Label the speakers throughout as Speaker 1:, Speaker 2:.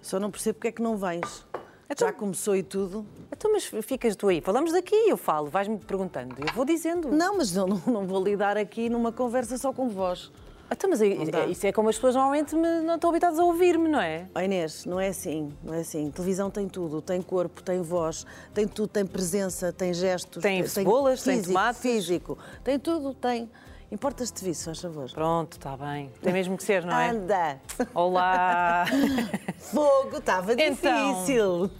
Speaker 1: Só não percebo porque é que não vens.
Speaker 2: Então-
Speaker 1: Já começou e tudo.
Speaker 2: Então, mas ficas tu aí. Falamos daqui, eu falo, vais-me perguntando. Eu vou dizendo.
Speaker 1: Não, mas não, não, não vou lidar aqui numa conversa só com vós.
Speaker 2: Então, mas aí-
Speaker 1: dá.
Speaker 2: isso é como as pessoas normalmente me- não estão habituadas a ouvir-me, não é?
Speaker 1: Oh Inês, não é assim, não é assim. Televisão tem tudo, tem corpo, tem voz, tem tudo, tem presença, tem gestos.
Speaker 2: Tem cebolas, tem
Speaker 1: físico,
Speaker 2: tomates.
Speaker 1: Físico, tem tudo, tem. Importas-te disso, faz favor.
Speaker 2: Pronto, está bem. Tem mesmo que ser, não é?
Speaker 1: Anda!
Speaker 2: Olá!
Speaker 1: Fogo, estava
Speaker 2: Então.
Speaker 1: difícil.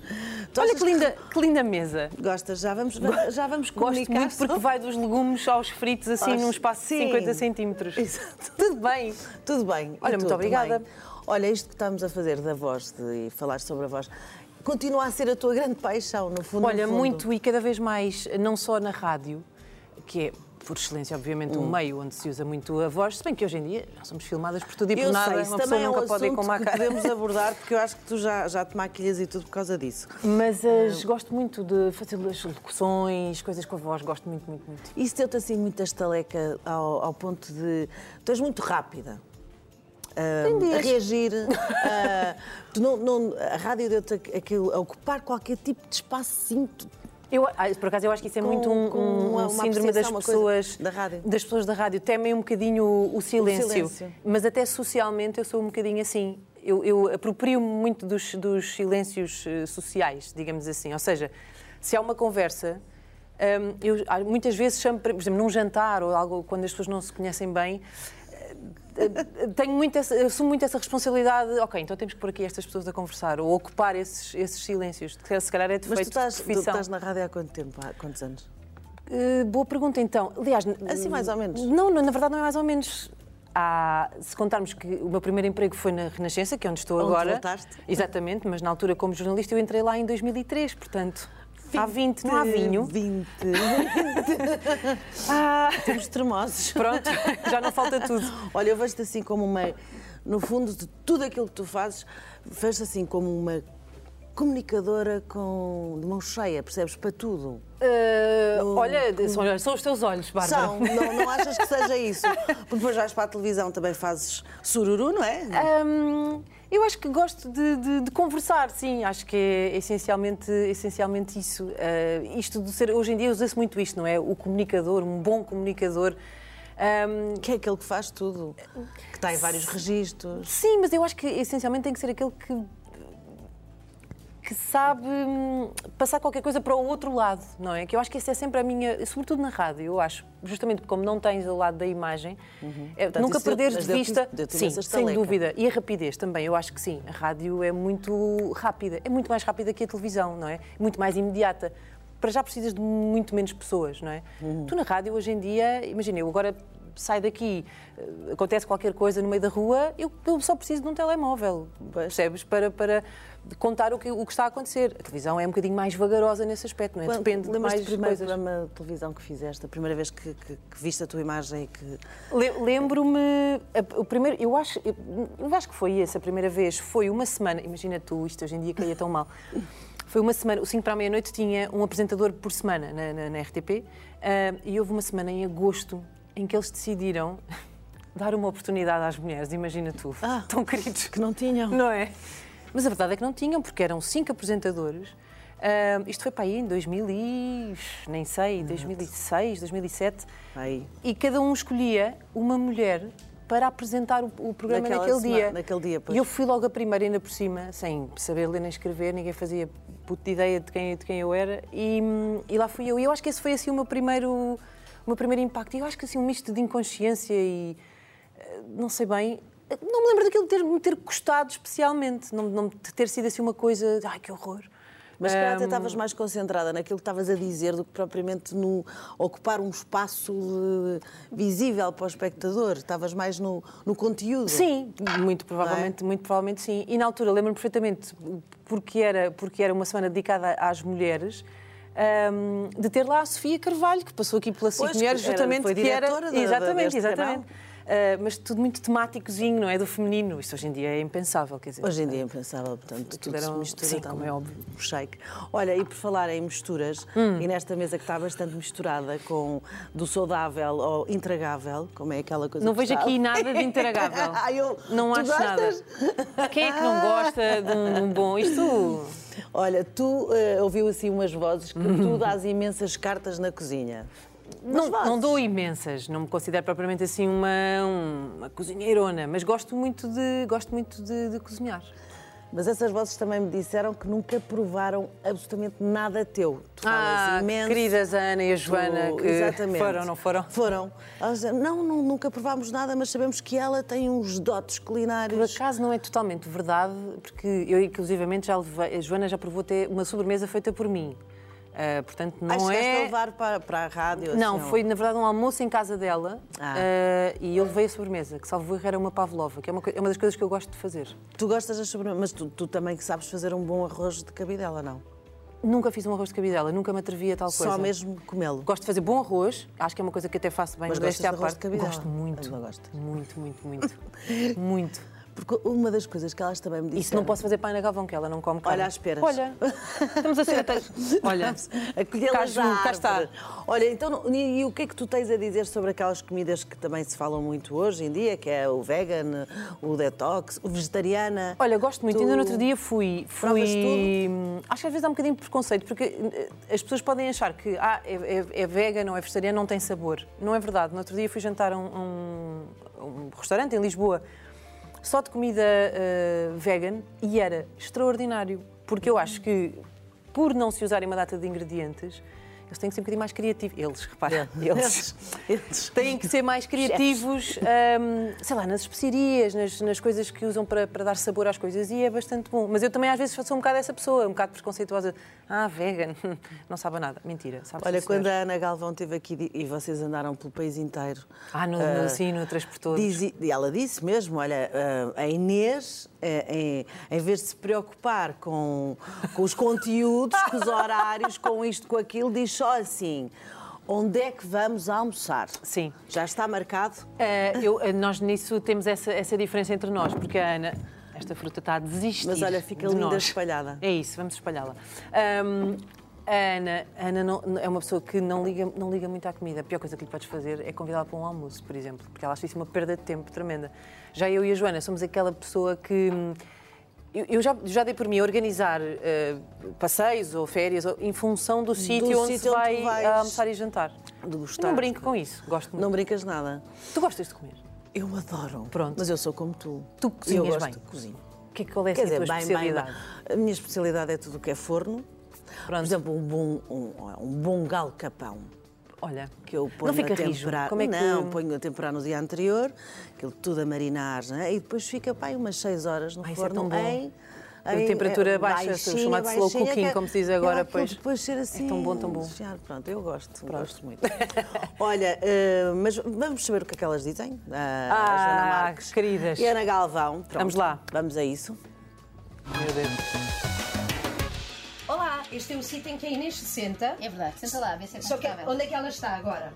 Speaker 1: Tu
Speaker 2: Olha
Speaker 1: achas
Speaker 2: que linda, que linda mesa.
Speaker 1: Gostas? Já vamos, já vamos
Speaker 2: Gosto
Speaker 1: comunicar
Speaker 2: muito porque
Speaker 1: sobre-
Speaker 2: vai dos legumes aos fritos, assim,
Speaker 1: Aos-
Speaker 2: num espaço
Speaker 1: Sim.
Speaker 2: de 50 centímetros.
Speaker 1: Exato.
Speaker 2: Tudo bem.
Speaker 1: Tudo bem. E
Speaker 2: Olha, muito
Speaker 1: tu
Speaker 2: obrigada.
Speaker 1: também? Olha, isto que estamos a fazer da voz de- e falar sobre a voz, continua a ser a tua grande paixão, no fundo. no
Speaker 2: Olha,
Speaker 1: fundo.
Speaker 2: muito e cada vez mais, não só na rádio, que é, por excelência, obviamente,
Speaker 1: Hum.
Speaker 2: um meio onde se usa muito a voz, se bem que hoje em dia nós somos filmadas por tudo e por
Speaker 1: Eu
Speaker 2: nada,
Speaker 1: sei, isso
Speaker 2: uma pessoa
Speaker 1: também é um
Speaker 2: nunca pode ir
Speaker 1: assunto
Speaker 2: com uma
Speaker 1: que
Speaker 2: cara.
Speaker 1: podemos abordar, porque eu acho que tu já, já te maquilhas e tudo por causa disso.
Speaker 2: Mas as- gosto muito de fazer as locuções, coisas com a voz, gosto muito, muito, muito.
Speaker 1: Isso deu-te assim muita estaleca ao, ao ponto de... Tu és muito rápida. ah, a reagir. ah, tu não, não- a rádio deu-te aqu- aquilo, a ocupar qualquer tipo de espaço, sim. tu-
Speaker 2: Eu, ah, por acaso, eu acho que isso é muito um,
Speaker 1: com
Speaker 2: um- um
Speaker 1: uma- uma
Speaker 2: síndrome das
Speaker 1: apreciação, uma coisa
Speaker 2: pessoas
Speaker 1: da rádio.
Speaker 2: Das pessoas da rádio. Temem um bocadinho o, o silêncio.
Speaker 1: silêncio.
Speaker 2: Mas até socialmente eu sou um bocadinho assim. Eu, eu aproprio-me muito dos, dos silêncios eh, sociais, digamos assim. Ou seja, se há uma conversa, hum, eu há- muitas vezes chamo, para- por exemplo, num jantar ou algo, quando as pessoas não se conhecem bem, eh, tenho muito essa, assumo muito essa responsabilidade. Ok, então temos que pôr aqui estas pessoas a conversar ou ocupar esses, esses silêncios. Se calhar é defeito
Speaker 1: Mas tu estás,
Speaker 2: de
Speaker 1: tu
Speaker 2: profissão.
Speaker 1: estás na rádio há quanto tempo? Há quantos anos?
Speaker 2: Eh, boa pergunta, então. Aliás, n-
Speaker 1: Assim, mais ou menos.
Speaker 2: Não, não, na verdade, não é mais ou menos. Há- se contarmos que o meu primeiro emprego foi na Renascença, que é onde estou
Speaker 1: Onde
Speaker 2: agora.
Speaker 1: voltaste.
Speaker 2: Exatamente, mas na altura, como jornalista, eu entrei lá em 2003, portanto. Há eh, 20, não há vinho.
Speaker 1: 20.
Speaker 2: Ah,
Speaker 1: Estamos tremosos.
Speaker 2: pronto, já não falta tudo.
Speaker 1: Olha, eu vejo-te assim como uma. No fundo, de tudo aquilo que tu fazes, vejo-te assim como uma comunicadora com, de mão cheia, percebes? Para tudo.
Speaker 2: Eh, olha, são, são os teus olhos, Bárbara.
Speaker 1: São, não, não achas que seja isso? Porque depois vais para a televisão, também fazes sururu, não é?
Speaker 2: Hum, eu acho que gosto de, de- de conversar, sim. Acho que é essencialmente, essencialmente isso. Ah, isto de ser, hoje em dia usa-se muito isto, não é? O comunicador, um bom comunicador. Hum,
Speaker 1: Que é aquele que faz tudo, que está em vários registros.
Speaker 2: sim, mas eu acho que essencialmente tem que ser aquele que que sabe hum, passar qualquer coisa para o outro lado, não é? Que eu acho que essa é sempre a minha, sobretudo na rádio, eu acho, justamente porque como não tens o lado da imagem, é,
Speaker 1: Uhum. Portanto,
Speaker 2: nunca
Speaker 1: isso deu-
Speaker 2: perderes
Speaker 1: mas
Speaker 2: de
Speaker 1: deu-te-
Speaker 2: vista,
Speaker 1: deu-te
Speaker 2: sim,
Speaker 1: imensa
Speaker 2: sem
Speaker 1: estaleca.
Speaker 2: dúvida, e a rapidez também, eu acho que sim, a rádio é muito rápida, é muito mais rápida que a televisão, não é? Muito mais imediata. Para já precisas de muito menos pessoas, não é?
Speaker 1: Uhum.
Speaker 2: Tu na rádio hoje em dia, imagina, eu agora saio daqui, eh, acontece qualquer coisa no meio da rua, eu, eu só preciso de um telemóvel, percebes? Para, para contar o que, o que está a acontecer. A televisão é um bocadinho mais vagarosa nesse aspecto, não é? Depende de
Speaker 1: Lembras-te
Speaker 2: mais
Speaker 1: do primeiro
Speaker 2: coisas.
Speaker 1: programa de televisão que fizeste, a primeira vez que, que- que viste a tua imagem e que.
Speaker 2: Le- Lembro-me, a- o primeiro, eu acho, eu, eu acho que foi essa a primeira vez, foi uma semana, imagina tu, isto hoje em dia caía tão mal. Foi uma semana, o 5 para a meia-noite tinha um apresentador por semana na, na- na RTP ah, e houve uma semana em agosto em que eles decidiram dar uma oportunidade às mulheres, imagina tu,
Speaker 1: Ah,
Speaker 2: tão queridos
Speaker 1: que não tinham.
Speaker 2: não é? Mas a verdade é que não tinham, porque eram cinco apresentadores. Ah, isto foi para aí em 2000 e... nem sei, 2006, 2007.
Speaker 1: Aí.
Speaker 2: E cada um escolhia uma mulher para apresentar o, o programa
Speaker 1: Naquela
Speaker 2: naquele
Speaker 1: semana-
Speaker 2: dia.
Speaker 1: naquele dia, pois.
Speaker 2: E eu fui logo a primeira, ainda por cima, sem saber ler nem escrever, ninguém fazia puta ideia de quem, de quem eu era. E, hum, e lá fui eu. E eu acho que esse foi assim o meu primeiro, o meu primeiro impacto. E eu acho que assim um misto de inconsciência e. eh, não sei bem. eh, Não me lembro daquilo de ter, me ter gostado especialmente, não, não de ter sido assim uma coisa. de, Ai que horror!
Speaker 1: Mas se calhar até estavas mais concentrada naquilo que estavas a dizer do que propriamente no ocupar um espaço eh, visível para o espectador. Estavas mais no, no conteúdo.
Speaker 2: Sim, é? muito provavelmente, muito provavelmente sim. E na altura lembro-me perfeitamente porque era, porque era uma semana dedicada às mulheres. hum, de ter lá a Sofia Carvalho, que passou aqui pela Cinco
Speaker 1: Pois, que
Speaker 2: Mulheres,
Speaker 1: era-
Speaker 2: justamente
Speaker 1: foi
Speaker 2: que era.
Speaker 1: diretora da- da-
Speaker 2: exatamente,
Speaker 1: deste canal.
Speaker 2: exatamente. ah, mas tudo muito temáticozinho, não é? Do feminino. Isso hoje em dia é impensável, quer dizer.
Speaker 1: Hoje em dia é impensável, portanto, tudo se
Speaker 2: era um-
Speaker 1: mistura.
Speaker 2: sim,
Speaker 1: dá
Speaker 2: como
Speaker 1: um-
Speaker 2: é óbvio. Hum.
Speaker 1: Um shake. Olha, e por falar em misturas, e nesta mesa que está bastante misturada com do saudável ao intragável, como é aquela coisa
Speaker 2: Não
Speaker 1: que
Speaker 2: vejo
Speaker 1: está-
Speaker 2: aqui nada de intragável.
Speaker 1: Ah, eu-
Speaker 2: não
Speaker 1: tu
Speaker 2: acho
Speaker 1: gostas?
Speaker 2: nada. Quem é que não gosta de um, de um bom. Isto.
Speaker 1: Olha, tu eh, ouviu assim umas vozes que tu dás imensas cartas na cozinha.
Speaker 2: Uhum. Não,
Speaker 1: Mas vozes.
Speaker 2: não dou imensas, não me considero propriamente assim uma, um- uma cozinheirona, mas gosto muito de, gosto muito de, de cozinhar.
Speaker 1: Mas essas vozes também me disseram que nunca provaram absolutamente nada teu. Tu falas imenso.
Speaker 2: queridas a Ana e a
Speaker 1: tu-
Speaker 2: Ah, Joana, que
Speaker 1: Exatamente.
Speaker 2: foram, não foram?
Speaker 1: Foram. Elas disseram, não, não, nunca provámos nada, mas sabemos que ela tem uns dotes
Speaker 2: Por
Speaker 1: culinários.
Speaker 2: acaso não é totalmente verdade, porque eu inclusivamente já levei, a Joana já provou até uma sobremesa feita por mim. Ah, portanto, não
Speaker 1: Ai, chegaste
Speaker 2: é.
Speaker 1: a levar para, para a rádio?
Speaker 2: Não,
Speaker 1: assim,
Speaker 2: foi na verdade um almoço em casa dela
Speaker 1: Ah.
Speaker 2: eh, e eu levei a sobremesa, que salvo erro era uma pavlova, que é uma, coi- é uma das coisas que eu gosto de fazer.
Speaker 1: Tu gostas das sobremesas, mas tu, tu também que sabes fazer um bom arroz de cabidela, não?
Speaker 2: Nunca fiz um arroz de cabidela, nunca me atrevi a tal coisa.
Speaker 1: Só mesmo comê-lo.
Speaker 2: Gosto de fazer bom arroz, acho que é uma coisa que até faço bem,
Speaker 1: Mas
Speaker 2: modéstia
Speaker 1: gostas de arroz de
Speaker 2: à parte.
Speaker 1: cabidela?
Speaker 2: Gosto muito.
Speaker 1: Eu não gosto.
Speaker 2: Muito, muito, muito. muito.
Speaker 1: Porque uma das coisas que elas também me disseram...
Speaker 2: Isso não posso fazer para a Ana Galvão, que ela não come carne.
Speaker 1: Olha as peras.
Speaker 2: Olha, estamos a ser até... Olha,
Speaker 1: acolhê-las
Speaker 2: Caju,
Speaker 1: à
Speaker 2: cá está.
Speaker 1: árvore. Olha, então, não- e, e o que é que tu tens a dizer sobre aquelas comidas que também se falam muito hoje em dia, que é o vegan, o detox, o vegetariana?
Speaker 2: Olha, gosto muito.
Speaker 1: Tu-
Speaker 2: Ainda no outro dia fui.
Speaker 1: Provas
Speaker 2: fui... Acho que às vezes há um bocadinho de preconceito, porque eh, as pessoas podem achar que ah, é, é, é vegan ou é vegetariano, não tem sabor. Não é verdade. No outro dia fui jantar a um, a um- a um restaurante em Lisboa só de comida eh, vegan e era extraordinário. Porque eu acho que, por não se usarem uma data de ingredientes, eles têm que ser um bocadinho mais criativos. Eles, repara, eles.
Speaker 1: Eles.
Speaker 2: Têm que ser mais criativos, hum, sei lá, nas especiarias, nas, nas coisas que usam para, para dar sabor às coisas e é bastante bom. Mas eu também às vezes sou um bocado essa pessoa, um bocado preconceituosa. Ah, vegan, não sabe a nada. Mentira, sabe
Speaker 1: Olha,
Speaker 2: sim,
Speaker 1: quando
Speaker 2: senhor.
Speaker 1: a Ana Galvão esteve aqui di- e vocês andaram pelo país inteiro.
Speaker 2: Ah, no, no, sim, no transportador.
Speaker 1: dizi- e ela disse mesmo, olha, ah, a Inês, eh, em, em vez de se preocupar com, com os conteúdos, com os horários, com isto, com aquilo, diz só assim, onde é que vamos almoçar?
Speaker 2: Sim.
Speaker 1: Já está marcado?
Speaker 2: Eh, eu- eh, nós nisso temos essa, essa diferença entre nós, porque a Ana, esta fruta está a desistir.
Speaker 1: Mas olha, fica
Speaker 2: de
Speaker 1: linda
Speaker 2: nós.
Speaker 1: espalhada.
Speaker 2: É isso, vamos espalhá-la. Ahm, a Ana, a Ana não- não- é uma pessoa que não liga, não liga muito à comida. A pior coisa que lhe podes fazer é convidá-la para um almoço, por exemplo, porque ela acha isso uma perda de tempo tremenda. Já eu e a Joana somos aquela pessoa que. hum, Eu, eu já, já dei por mim a organizar eh, passeios ou férias ou- em função do sítio onde se
Speaker 1: sítio onde
Speaker 2: vai
Speaker 1: tu vais.
Speaker 2: a almoçar e jantar.
Speaker 1: Degustar.
Speaker 2: Não brinco com isso, gosto muito.
Speaker 1: Não brincas nada.
Speaker 2: Tu gostas de comer?
Speaker 1: Eu adoro.
Speaker 2: Pronto.
Speaker 1: Mas eu sou como tu.
Speaker 2: Tu cozinhas
Speaker 1: eu gosto
Speaker 2: bem?
Speaker 1: de cozinho.
Speaker 2: Que, qual é assim,
Speaker 1: Quer
Speaker 2: a
Speaker 1: dizer,
Speaker 2: tua
Speaker 1: bem, bem,
Speaker 2: especialidade?
Speaker 1: bem. A minha especialidade é tudo o que é forno. Por exemplo, um bom, um, um bom galo capão.
Speaker 2: Olha,
Speaker 1: Que eu ponho
Speaker 2: não fica
Speaker 1: a
Speaker 2: rijo.
Speaker 1: temperar.
Speaker 2: Como é que...
Speaker 1: Não, ponho a temperar no dia anterior, aquilo tudo a marinar, né? e depois fica pai, umas 6 horas no
Speaker 2: Ai, isso é
Speaker 1: forno
Speaker 2: tão bom.
Speaker 1: em.
Speaker 2: A temperatura
Speaker 1: eh,
Speaker 2: baixa,
Speaker 1: baixinha,
Speaker 2: o chamado slow
Speaker 1: baixinha,
Speaker 2: cooking,
Speaker 1: que é-
Speaker 2: como se diz
Speaker 1: que é
Speaker 2: agora,
Speaker 1: aquilo
Speaker 2: pois.
Speaker 1: Depois ser assim.
Speaker 2: tão bom, tão bom.
Speaker 1: desfiar. Pronto, eu gosto, gosto muito. Olha, eh, mas vamos saber o que é que elas dizem? Ah, a Joana
Speaker 2: Ah,
Speaker 1: Marques
Speaker 2: queridas.
Speaker 1: E a Ana Galvão. Pronto,
Speaker 2: Vamos lá.
Speaker 1: Vamos a isso.
Speaker 2: Meu Deus.
Speaker 3: Olá, este é o sítio em que a Inês se senta.
Speaker 4: É verdade, senta lá, vê se é
Speaker 3: Só que
Speaker 4: confortável.
Speaker 3: onde é que ela está agora?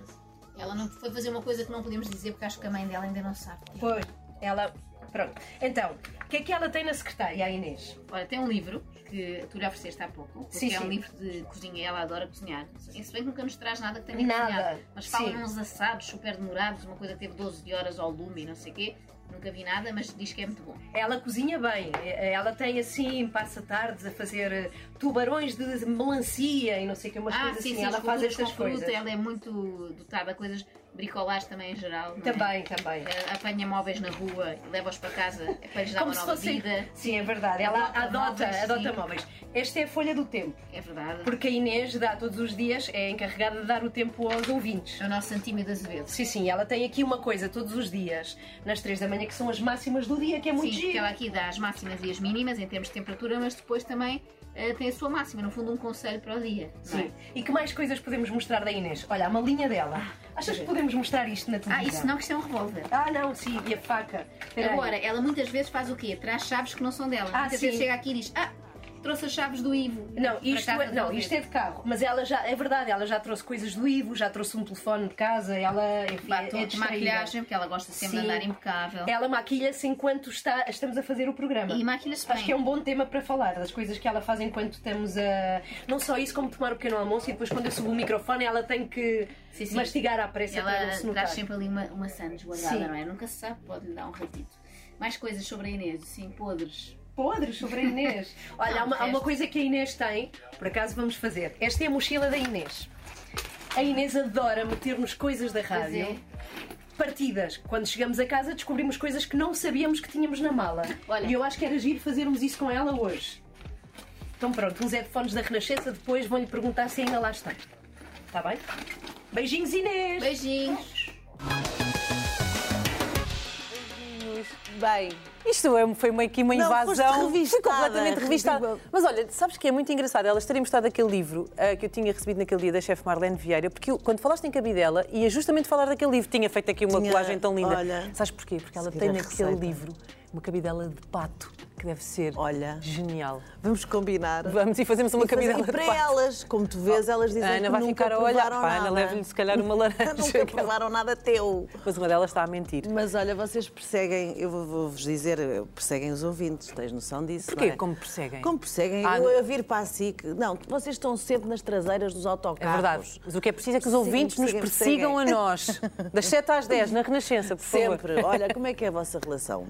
Speaker 4: Ela não foi fazer uma coisa que não podemos dizer porque acho que a mãe dela ainda não sabe.
Speaker 3: Pois, ela. Pronto. Então, o que é que ela tem na secretária, a Inês?
Speaker 4: Olha, tem um livro que tu lhe ofereceste há pouco, porque
Speaker 3: Sim,
Speaker 4: é
Speaker 3: sim.
Speaker 4: um livro de cozinha, ela adora cozinhar. E se bem que nunca nos traz nada que tenha
Speaker 3: Nada,
Speaker 4: cozinhado. Mas fala
Speaker 3: sim.
Speaker 4: de uns assados super demorados, uma coisa que teve 12 horas ao lume e não sei o quê. Nunca vi nada, mas diz que é muito bom.
Speaker 3: Ela cozinha bem, eh, ela tem assim, passa tardes a fazer eh, tubarões de melancia e não sei o que, umas
Speaker 4: ah,
Speaker 3: coisas
Speaker 4: sim,
Speaker 3: assim.
Speaker 4: sim,
Speaker 3: ela
Speaker 4: as
Speaker 3: faz
Speaker 4: culturas
Speaker 3: estas
Speaker 4: com fruta,
Speaker 3: coisas.
Speaker 4: ela é muito dotada a coisas bricolares também em geral. não é?
Speaker 3: Também, também.
Speaker 4: Eh, Apanha móveis na rua, leva-os para casa é para lhes dar
Speaker 3: Como
Speaker 4: uma
Speaker 3: se
Speaker 4: nova
Speaker 3: fosse.
Speaker 4: vida.
Speaker 3: Sim, é verdade. Ela
Speaker 4: Adota
Speaker 3: adota,
Speaker 4: móveis,
Speaker 3: adota
Speaker 4: sim.
Speaker 3: móveis. Esta é a folha do tempo.
Speaker 4: É verdade.
Speaker 3: Porque a Inês dá todos os dias, é encarregada de dar o tempo aos ouvintes.
Speaker 4: É o nosso Antímido Azevedo.
Speaker 3: Sim, sim, ela tem aqui uma coisa todos os dias, nas três da manhã, que são as máximas do dia, que é muito
Speaker 4: Sim, porque
Speaker 3: giro.
Speaker 4: ela aqui dá as máximas e as mínimas em termos de temperatura, mas depois também eh, tem a sua máxima, no fundo um conselho para o dia. não
Speaker 3: Sim.
Speaker 4: é?
Speaker 3: E que mais coisas podemos mostrar da Inês? Olha, há uma linha dela. Achas que podemos mostrar isto na televisão?
Speaker 4: Ah, isso não, que isto é um revólver.
Speaker 3: Ah, não, sim, e a faca. Ah, Espera aí.
Speaker 4: Agora, ela muitas vezes faz o quê? Traz chaves que não são dela.
Speaker 3: Ah,
Speaker 4: muitas
Speaker 3: sim.
Speaker 4: vezes chega aqui e diz, ah, trouxe as chaves do Ivo.
Speaker 3: Não,
Speaker 4: Para
Speaker 3: isto,
Speaker 4: casa
Speaker 3: é, não,
Speaker 4: dele.
Speaker 3: isto é de carro, mas ela já, é verdade, ela já trouxe coisas do Ivo, já trouxe um telefone de casa, ela, enfim,
Speaker 4: Batom
Speaker 3: é
Speaker 4: de
Speaker 3: distraída.
Speaker 4: maquilhagem, porque ela gosta sempre
Speaker 3: Sim.
Speaker 4: de andar impecável.
Speaker 3: Ela maquilha-se enquanto está, estamos a fazer o programa.
Speaker 4: E maquilha-se
Speaker 3: Acho
Speaker 4: bem.
Speaker 3: que é um bom tema para falar, das coisas que ela faz enquanto estamos a. Não só isso, como tomar o pequeno almoço e depois quando eu subo o microfone ela tem que
Speaker 4: Sim, sim.
Speaker 3: mastigar à pressa para não
Speaker 4: Ela
Speaker 3: se notar.
Speaker 4: traz sempre ali uma, uma sandes guardada,
Speaker 3: Sim.
Speaker 4: não é? Nunca se sabe, pode-lhe dar um ratito. Mais coisas sobre a Inês, assim, podres.
Speaker 3: Podres sobre a Inês. Olha,
Speaker 4: Não,
Speaker 3: há, uma, há
Speaker 4: resto.
Speaker 3: uma coisa que a Inês tem, por acaso vamos fazer. Esta é a mochila da Inês. A Inês adora meter-nos coisas da
Speaker 4: Pois
Speaker 3: rádio.
Speaker 4: é.
Speaker 3: partidas. Quando chegamos a casa descobrimos coisas que não sabíamos que tínhamos na mala.
Speaker 4: Olha.
Speaker 3: E eu acho que era giro fazermos isso com ela hoje. Então pronto, uns headphones da Renascença, depois vão-lhe perguntar se ainda lá está. Está bem? Beijinhos Inês!
Speaker 4: Beijinhos.
Speaker 2: Bem, isto é- foi meio que uma
Speaker 1: Não, foste
Speaker 2: invasão. Fui
Speaker 1: revistada,
Speaker 2: completamente revistada.
Speaker 1: Rodrigo.
Speaker 2: Mas olha, sabes que é muito engraçado elas terem mostrado aquele livro ah, que eu tinha recebido naquele dia da chefe Marlene Vieira, porque eu, quando falaste em cabidela, ia justamente falar daquele livro. Tinha feito aqui uma
Speaker 1: Tinha,
Speaker 2: colagem tão linda.
Speaker 1: olha,
Speaker 2: sabes porquê? Porque ela
Speaker 1: seguir
Speaker 2: tem
Speaker 1: a
Speaker 2: naquele
Speaker 1: receita.
Speaker 2: livro uma cabidela de pato, que deve ser
Speaker 1: Olha.
Speaker 2: genial.
Speaker 1: Vamos combinar.
Speaker 2: Vamos e fazemos uma
Speaker 1: E fazer-
Speaker 2: cabidela
Speaker 1: e
Speaker 2: de
Speaker 1: para
Speaker 2: pato.
Speaker 1: elas, como tu vês, elas dizem
Speaker 2: A Ana
Speaker 1: que
Speaker 2: vai
Speaker 1: nunca
Speaker 2: ficar a olhar.
Speaker 1: provaram
Speaker 2: Pá,
Speaker 1: nada.
Speaker 2: Ana leva-lhe se calhar uma laranja.
Speaker 1: Nunca provaram nada teu.
Speaker 2: Mas uma delas está a mentir.
Speaker 1: Mas olha, vocês perseguem, eu vou- vou-vos dizer, eu- perseguem os ouvintes, tens noção disso.
Speaker 2: Porquê?
Speaker 1: não é?
Speaker 2: Como perseguem?
Speaker 1: Como perseguem?
Speaker 2: Ah,
Speaker 1: eu,
Speaker 2: não.
Speaker 1: eu vir para a SIC. Não, vocês estão sempre nas traseiras dos
Speaker 2: É
Speaker 1: autocarros.
Speaker 2: verdade. Mas o que é preciso é que os
Speaker 1: Sigam,
Speaker 2: ouvintes nos
Speaker 1: sigam,
Speaker 2: persigam a
Speaker 1: sigam.
Speaker 2: nós. Das 7 às 10, na Renascença, por favor.
Speaker 1: Sempre. Olha, como é que é a vossa relação?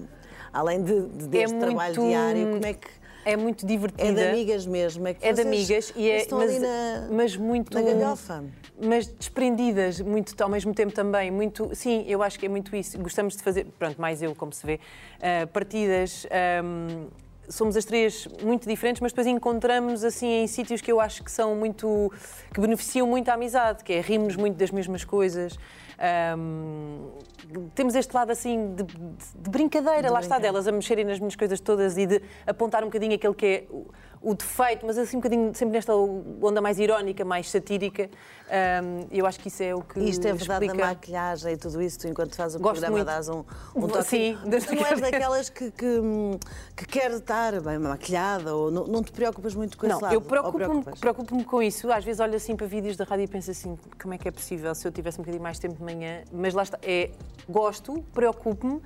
Speaker 1: Além de, de-
Speaker 2: É
Speaker 1: deste trabalho
Speaker 2: muito-
Speaker 1: diário, como é que.
Speaker 2: É muito divertida.
Speaker 1: É de amigas mesmo. É, que
Speaker 2: É de
Speaker 1: vocês-
Speaker 2: amigas e
Speaker 1: vocês
Speaker 2: é,
Speaker 1: estão
Speaker 2: mas,
Speaker 1: ali na,
Speaker 2: mas muito.
Speaker 1: na galhofa.
Speaker 2: Mas desprendidas, muito ao mesmo tempo também. muito Sim, eu acho que é muito isso. Gostamos de fazer, pronto, mais eu, como se vê, ah, partidas. ahm, somos as três muito diferentes, mas depois encontramos assim em sítios que eu acho que são muito. que beneficiam muito a amizade, que é rimos muito das mesmas coisas. ahm, temos este lado assim de, de- de brincadeira, lá está delas, a mexerem nas minhas coisas todas e de apontar um bocadinho aquele que é o, o defeito, mas assim um bocadinho sempre nesta onda mais irónica, mais satírica. Ahm, eu acho que isso é o que.
Speaker 1: E Isto é verdade
Speaker 2: explica.
Speaker 1: da maquilhagem e tudo isso, tu enquanto fazes o
Speaker 2: Gosto
Speaker 1: programa
Speaker 2: muito.
Speaker 1: dás um, um
Speaker 2: Sim,
Speaker 1: toque. mas tu não és
Speaker 2: desde a
Speaker 1: daquelas que, que, hum, que quer estar bem maquilhada ou não, não te preocupas muito com
Speaker 2: Não,
Speaker 1: esse lado?
Speaker 2: eu
Speaker 1: ou
Speaker 2: preocupo-me
Speaker 1: preocupas?
Speaker 2: preocupo-me com isso. Às vezes olho assim para vídeos da rádio e penso assim, como é que é possível se eu tivesse um bocadinho mais tempo de manhã? Mas lá está, é, gosto, preocupo-me,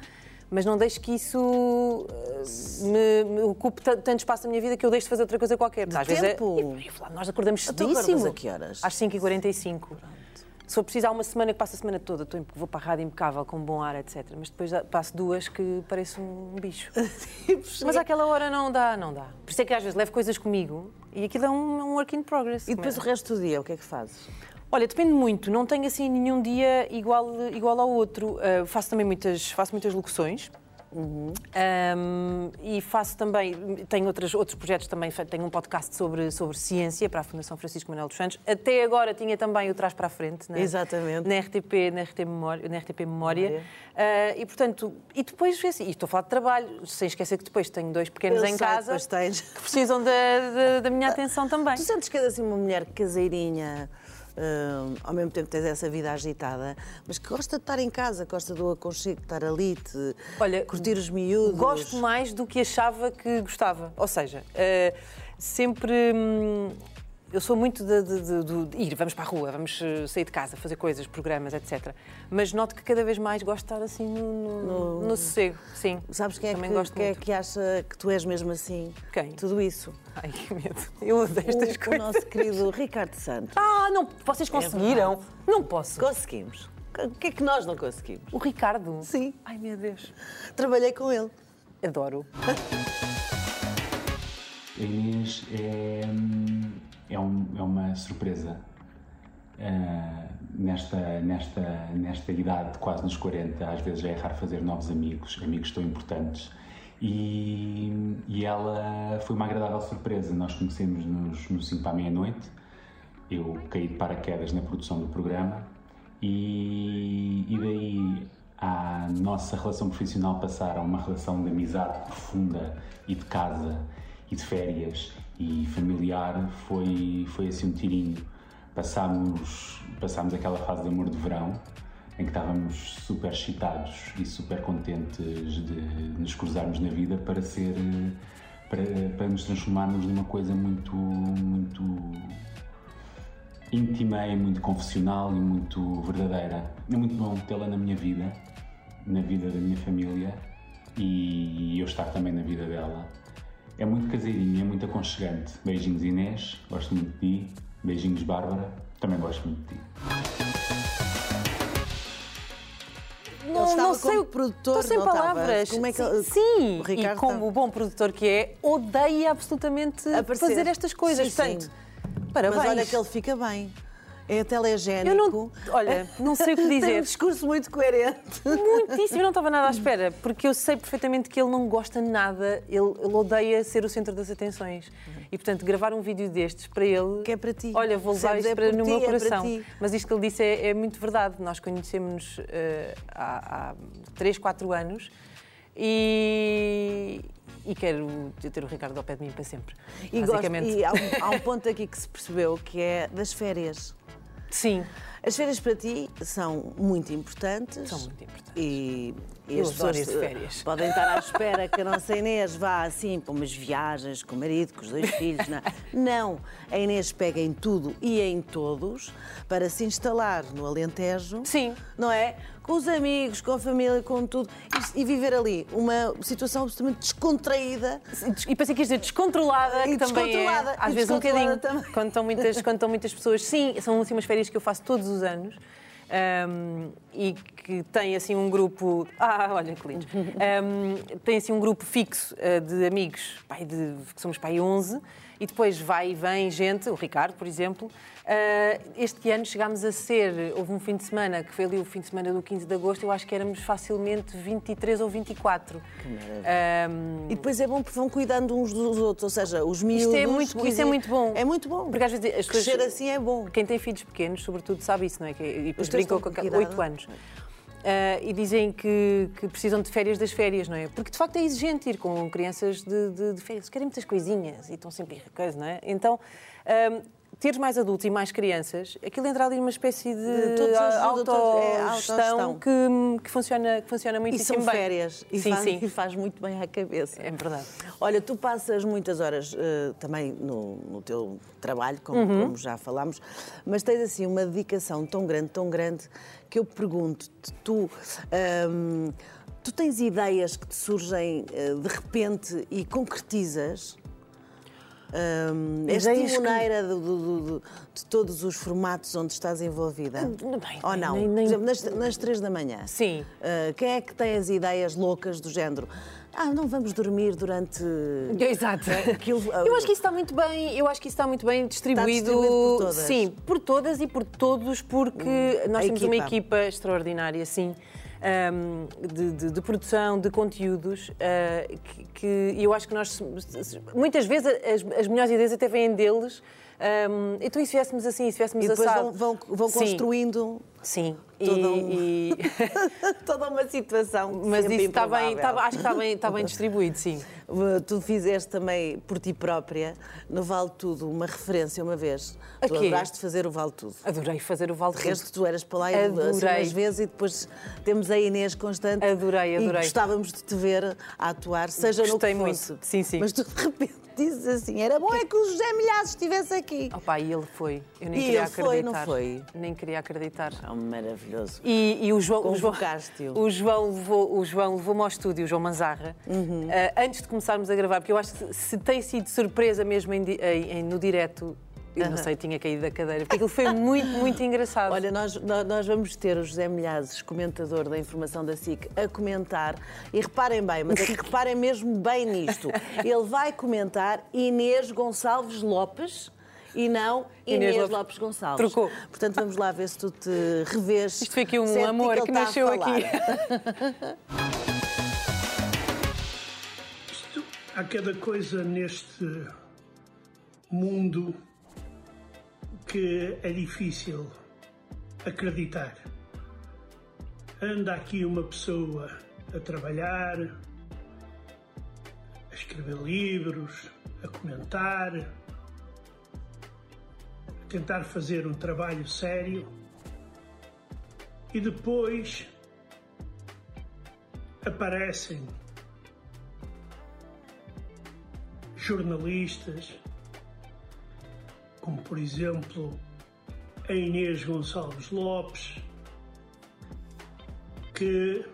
Speaker 2: mas não deixo que isso eh, me, me ocupe ta- tanto espaço da minha vida que eu deixo de fazer outra coisa qualquer. Às vezes é-
Speaker 1: tempo?
Speaker 2: e, pá, nós acordamos
Speaker 1: Então acordas
Speaker 2: cedíssimo.
Speaker 1: a que horas?
Speaker 2: Às 5h45. Se for preciso, há uma semana que passo a semana toda, estou em- vou para a rádio impecável, com bom ar, etc. Mas depois dá- passo duas que pareço um bicho.
Speaker 1: Tipo,
Speaker 2: Mas àquela hora não dá, não dá. Por isso é que às vezes levo coisas comigo e aquilo é um, um work in progress.
Speaker 1: E depois o resto do dia, o que é que fazes?
Speaker 2: Olha, depende muito. Não tenho assim nenhum dia igual, igual ao outro. Ah, faço também muitas, faço muitas locuções. Uhum. Ahm, e faço também, tenho outras, outros projetos também, fe- tenho um podcast sobre, sobre ciência para a Fundação Francisco Manuel dos Santos. Até agora tinha também o Trás para a Frente, na,
Speaker 1: Exatamente.
Speaker 2: na RTP, na RTP Memória. Na RTP Memória. Ah, e portanto, e depois, assim, e estou a falar de trabalho, sem esquecer que depois tenho dois pequenos
Speaker 1: Eu
Speaker 2: em
Speaker 1: sei,
Speaker 2: casa
Speaker 1: depois tens.
Speaker 2: que precisam da, da- da minha atenção também.
Speaker 1: Tu sentes que és assim uma mulher caseirinha, hum, ao mesmo tempo tens essa vida agitada, mas que gosta de estar em casa, gosta do aconchego, de estar ali, de
Speaker 2: Olha,
Speaker 1: curtir os miúdos.
Speaker 2: Gosto mais do que achava que gostava. Ou seja, eh, sempre. hum, eu sou muito de, de- de- de- de ir, vamos para a rua, vamos eh, sair de casa, fazer coisas, programas, etc. Mas noto que cada vez mais gosto de estar assim no, no, no sossego, sim.
Speaker 1: Sabes quem é,
Speaker 2: Também
Speaker 1: que,
Speaker 2: gosto
Speaker 1: quem é
Speaker 2: muito.
Speaker 1: que acha que tu és mesmo assim?
Speaker 2: Quem?
Speaker 1: Tudo isso.
Speaker 2: Ai, que medo. Eu odeio
Speaker 1: O-
Speaker 2: estas
Speaker 1: o
Speaker 2: coisas.
Speaker 1: nosso É querido Ricardo Santos.
Speaker 2: Ah, não, vocês conseguiram? não posso.
Speaker 1: Conseguimos. O que é que nós não conseguimos?
Speaker 2: O Ricardo?
Speaker 1: Sim.
Speaker 2: Ai, meu Deus.
Speaker 1: Trabalhei com ele.
Speaker 2: Adoro.
Speaker 5: A Inês é, hum, é, um- é uma surpresa ah, nesta, nesta, nesta idade de quase nos 40. Às vezes é raro fazer novos amigos, amigos tão importantes. E, e ela foi uma agradável surpresa. Nós conhecemos-nos no 5 para a meia-noite. Eu caí de paraquedas na produção do programa e, e daí a nossa relação profissional passar a uma relação de amizade profunda e de casa e de férias e familiar foi, foi assim um tirinho. Passámos, passámos aquela fase de amor de verão em que estávamos super excitados e super contentes de nos cruzarmos na vida para ser para, para nos transformarmos numa coisa muito, muito íntima e muito confessional e muito verdadeira. É muito bom tê-la na minha vida, na vida da minha família e eu estar também na vida dela. É muito caseirinho, é muito aconchegante. Beijinhos Inês, gosto muito de ti. Beijinhos Bárbara, também gosto muito de ti.
Speaker 1: Ele
Speaker 2: Não,
Speaker 1: estava
Speaker 2: não sei
Speaker 1: como
Speaker 2: o
Speaker 1: produtor,
Speaker 2: um Estou sem
Speaker 1: não estava?
Speaker 2: palavras.
Speaker 1: Como é que
Speaker 2: sim,
Speaker 1: ele-
Speaker 2: sim.
Speaker 1: O Ricardo
Speaker 2: e como
Speaker 1: estava-
Speaker 2: o bom produtor que é, odeia absolutamente
Speaker 1: Aparecer.
Speaker 2: fazer estas coisas.
Speaker 1: Sim,
Speaker 2: Portanto,
Speaker 1: sim.
Speaker 2: parabéns.
Speaker 1: Mas olha que ele fica bem. É telegénico.
Speaker 2: Eu não, olha, não sei o que
Speaker 1: Tem um
Speaker 2: dizer.
Speaker 1: discurso muito coerente.
Speaker 2: Muitíssimo, eu não estava nada à espera, porque eu sei perfeitamente que ele não gosta de nada, ele, ele odeia ser o centro das atenções. E portanto, gravar um vídeo destes para ele.
Speaker 1: Que é para ti.
Speaker 2: Olha, vou levar
Speaker 1: Percebes?
Speaker 2: isto
Speaker 1: É
Speaker 2: para,
Speaker 1: por
Speaker 2: no
Speaker 1: ti,
Speaker 2: meu
Speaker 1: é para
Speaker 2: coração.
Speaker 1: ti.
Speaker 2: Mas isto que ele disse é, é muito verdade. Nós conhecemos eh, há, há 3, 4 anos e, e quero ter o Ricardo ao pé de mim para sempre.
Speaker 1: E, gosto-
Speaker 2: basicamente.
Speaker 1: e há, um, há um ponto aqui que se percebeu que é das férias.
Speaker 2: Sim,
Speaker 1: As férias para ti são muito importantes.
Speaker 2: São muito importantes.
Speaker 1: E, e
Speaker 2: Eu
Speaker 1: as
Speaker 2: adoro
Speaker 1: pessoas
Speaker 2: ir de férias.
Speaker 1: eh, podem estar à espera que a nossa Inês vá assim para umas viagens com o marido, com os dois filhos. Não. é? não, a Inês pega em tudo e em todos para se instalar no Alentejo.
Speaker 2: Sim.
Speaker 1: Não é? Com os amigos, com a família, com tudo. E, e viver ali uma situação absolutamente descontraída.
Speaker 2: E pensei que ias dizer descontrolada,
Speaker 1: E
Speaker 2: que também é,
Speaker 1: descontrolada,
Speaker 2: às
Speaker 1: e
Speaker 2: vezes um
Speaker 1: descontrolada
Speaker 2: bocadinho,
Speaker 1: também.
Speaker 2: quando estão, muitas, quando estão muitas pessoas. Sim, são assim umas férias que eu faço todos os anos. hum, e que tem assim um grupo. Ah, olha que lindo! Hum, tem assim um grupo fixo eh, de amigos, pai de, que somos pai 11, e depois vai e vem gente, o Ricardo, por exemplo. Ah, este ano chegámos a ser, houve um fim de semana, que foi ali o fim de semana do 15 de agosto, eu acho que éramos facilmente 23 ou 24. Que
Speaker 1: E depois é bom porque vão cuidando uns dos outros, ou seja, os miúdos...
Speaker 2: Isto é muito,
Speaker 1: cuidam-
Speaker 2: isso é muito bom.
Speaker 1: É muito bom.
Speaker 2: Porque às vezes as
Speaker 1: Crescer
Speaker 2: pessoas-
Speaker 1: assim é bom.
Speaker 2: Quem tem filhos pequenos, sobretudo, sabe isso, não é? Que- E depois
Speaker 1: Os teus
Speaker 2: brincam
Speaker 1: estão
Speaker 2: com
Speaker 1: com que
Speaker 2: 8
Speaker 1: idade?
Speaker 2: anos. Ah, e dizem que, que precisam de férias das férias, não é? Porque de facto é exigente ir com crianças de, de- de férias. Querem muitas coisinhas e estão sempre a coisa, não é? Então, ahm, teres mais adultos e mais crianças, aquilo entra ali numa espécie de,
Speaker 1: De todos ajuda, todos- é,
Speaker 2: autogestão
Speaker 1: autogestão.
Speaker 2: que, que funciona, que funciona
Speaker 1: E
Speaker 2: muitíssimo
Speaker 1: são
Speaker 2: bem.
Speaker 1: férias. E,
Speaker 2: sim,
Speaker 1: faz,
Speaker 2: sim.
Speaker 1: e faz muito bem à cabeça.
Speaker 2: É verdade.
Speaker 1: Olha, tu passas muitas horas eh, também no, no teu trabalho, como,
Speaker 2: Uhum.
Speaker 1: como já falámos, mas tens assim uma dedicação tão grande, tão grande, que eu pergunto-te, tu, ahm, tu tens ideias que te surgem eh, de repente e concretizas? Ahm, és
Speaker 2: Ideias que-
Speaker 1: pioneira do- do- do- de todos os formatos onde estás envolvida?
Speaker 2: Hum, Bem,
Speaker 1: Ou não?
Speaker 2: nem- nem-
Speaker 1: Por exemplo, nas, nas três da manhã.
Speaker 2: Sim.
Speaker 1: Uh, quem é que tem as ideias loucas do género? Ah, não vamos dormir durante.
Speaker 2: Exato.
Speaker 1: Aquilo- ah,
Speaker 2: Eu acho que isso está muito bem, eu acho que isso está muito bem distribuído.
Speaker 1: distribuído por todas. Hum,
Speaker 2: Sim, por todas e por todos, porque nós
Speaker 1: a
Speaker 2: temos uma
Speaker 1: equipa.
Speaker 2: equipa extraordinária, sim. hum, de, de- de produção, de conteúdos, ah, que, que eu acho que nós muitas vezes as, as melhores ideias até vêm deles. hum, então, e se fizéssemos assim, e se fizéssemos
Speaker 1: E depois
Speaker 2: assado?
Speaker 1: vão, vão, vão
Speaker 2: Sim,
Speaker 1: construindo
Speaker 2: Sim,
Speaker 1: toda um-
Speaker 2: e, e-
Speaker 1: toda uma situação.
Speaker 2: mas
Speaker 1: sempre
Speaker 2: isso está bem, está-
Speaker 1: improvável.
Speaker 2: acho que está bem, está bem distribuído, sim.
Speaker 1: Uh, tá Tu fizeste também por ti própria, no Vale Tudo, uma referência uma vez.
Speaker 2: A
Speaker 1: tu
Speaker 2: quê?
Speaker 1: adoraste fazer o Vale Tudo.
Speaker 2: Adorei fazer o Valdo
Speaker 1: De resto, tu eras para lá e
Speaker 2: Adorei.
Speaker 1: assim, umas vezes e depois temos a Inês constante.
Speaker 2: Adorei, adorei.
Speaker 1: E gostávamos de te ver a atuar, seja
Speaker 2: Gostei
Speaker 1: no que fosse.
Speaker 2: muito, sim, sim.
Speaker 1: Mas tu de repente dizes assim, era bom é que o José Milhazes estivesse aqui.
Speaker 2: Opa, e ele foi. Eu nem
Speaker 1: E
Speaker 2: queria
Speaker 1: ele
Speaker 2: acreditar.
Speaker 1: foi, não foi?
Speaker 2: Nem queria acreditar.
Speaker 1: É maravilhoso.
Speaker 2: E, e o João, o João,
Speaker 1: Convocaste-o.
Speaker 2: o João levou, o João levou-me ao estúdio, o João Manzarra, eh, antes de começarmos a gravar, porque eu acho que se tem sido surpresa mesmo em di- em- em- no direto, eu não sei, tinha caído da cadeira, porque aquilo foi muito, muito engraçado.
Speaker 1: Olha, nós, nó- nós vamos ter o José Milhazes, comentador da informação da SIC, a comentar. E reparem bem, mas é que reparem mesmo bem nisto. Ele vai comentar Inês Gonçalves Lopes. E não
Speaker 2: Inês
Speaker 1: Inês,
Speaker 2: Lopes.
Speaker 1: Lopes. Gonçalves.
Speaker 2: Trocou.
Speaker 1: Portanto, vamos lá ver se tu te revês. é
Speaker 2: Isto foi aqui um
Speaker 1: Sente
Speaker 2: amor
Speaker 1: ele
Speaker 2: que
Speaker 1: está a
Speaker 2: nasceu
Speaker 1: falar.
Speaker 2: aqui.
Speaker 6: Isto, há cada coisa neste mundo que é difícil acreditar. Anda aqui uma pessoa a trabalhar, a escrever livros, a comentar, a tentar fazer um trabalho sério e depois aparecem jornalistas, como por exemplo a Inês Gonçalves Lopes, que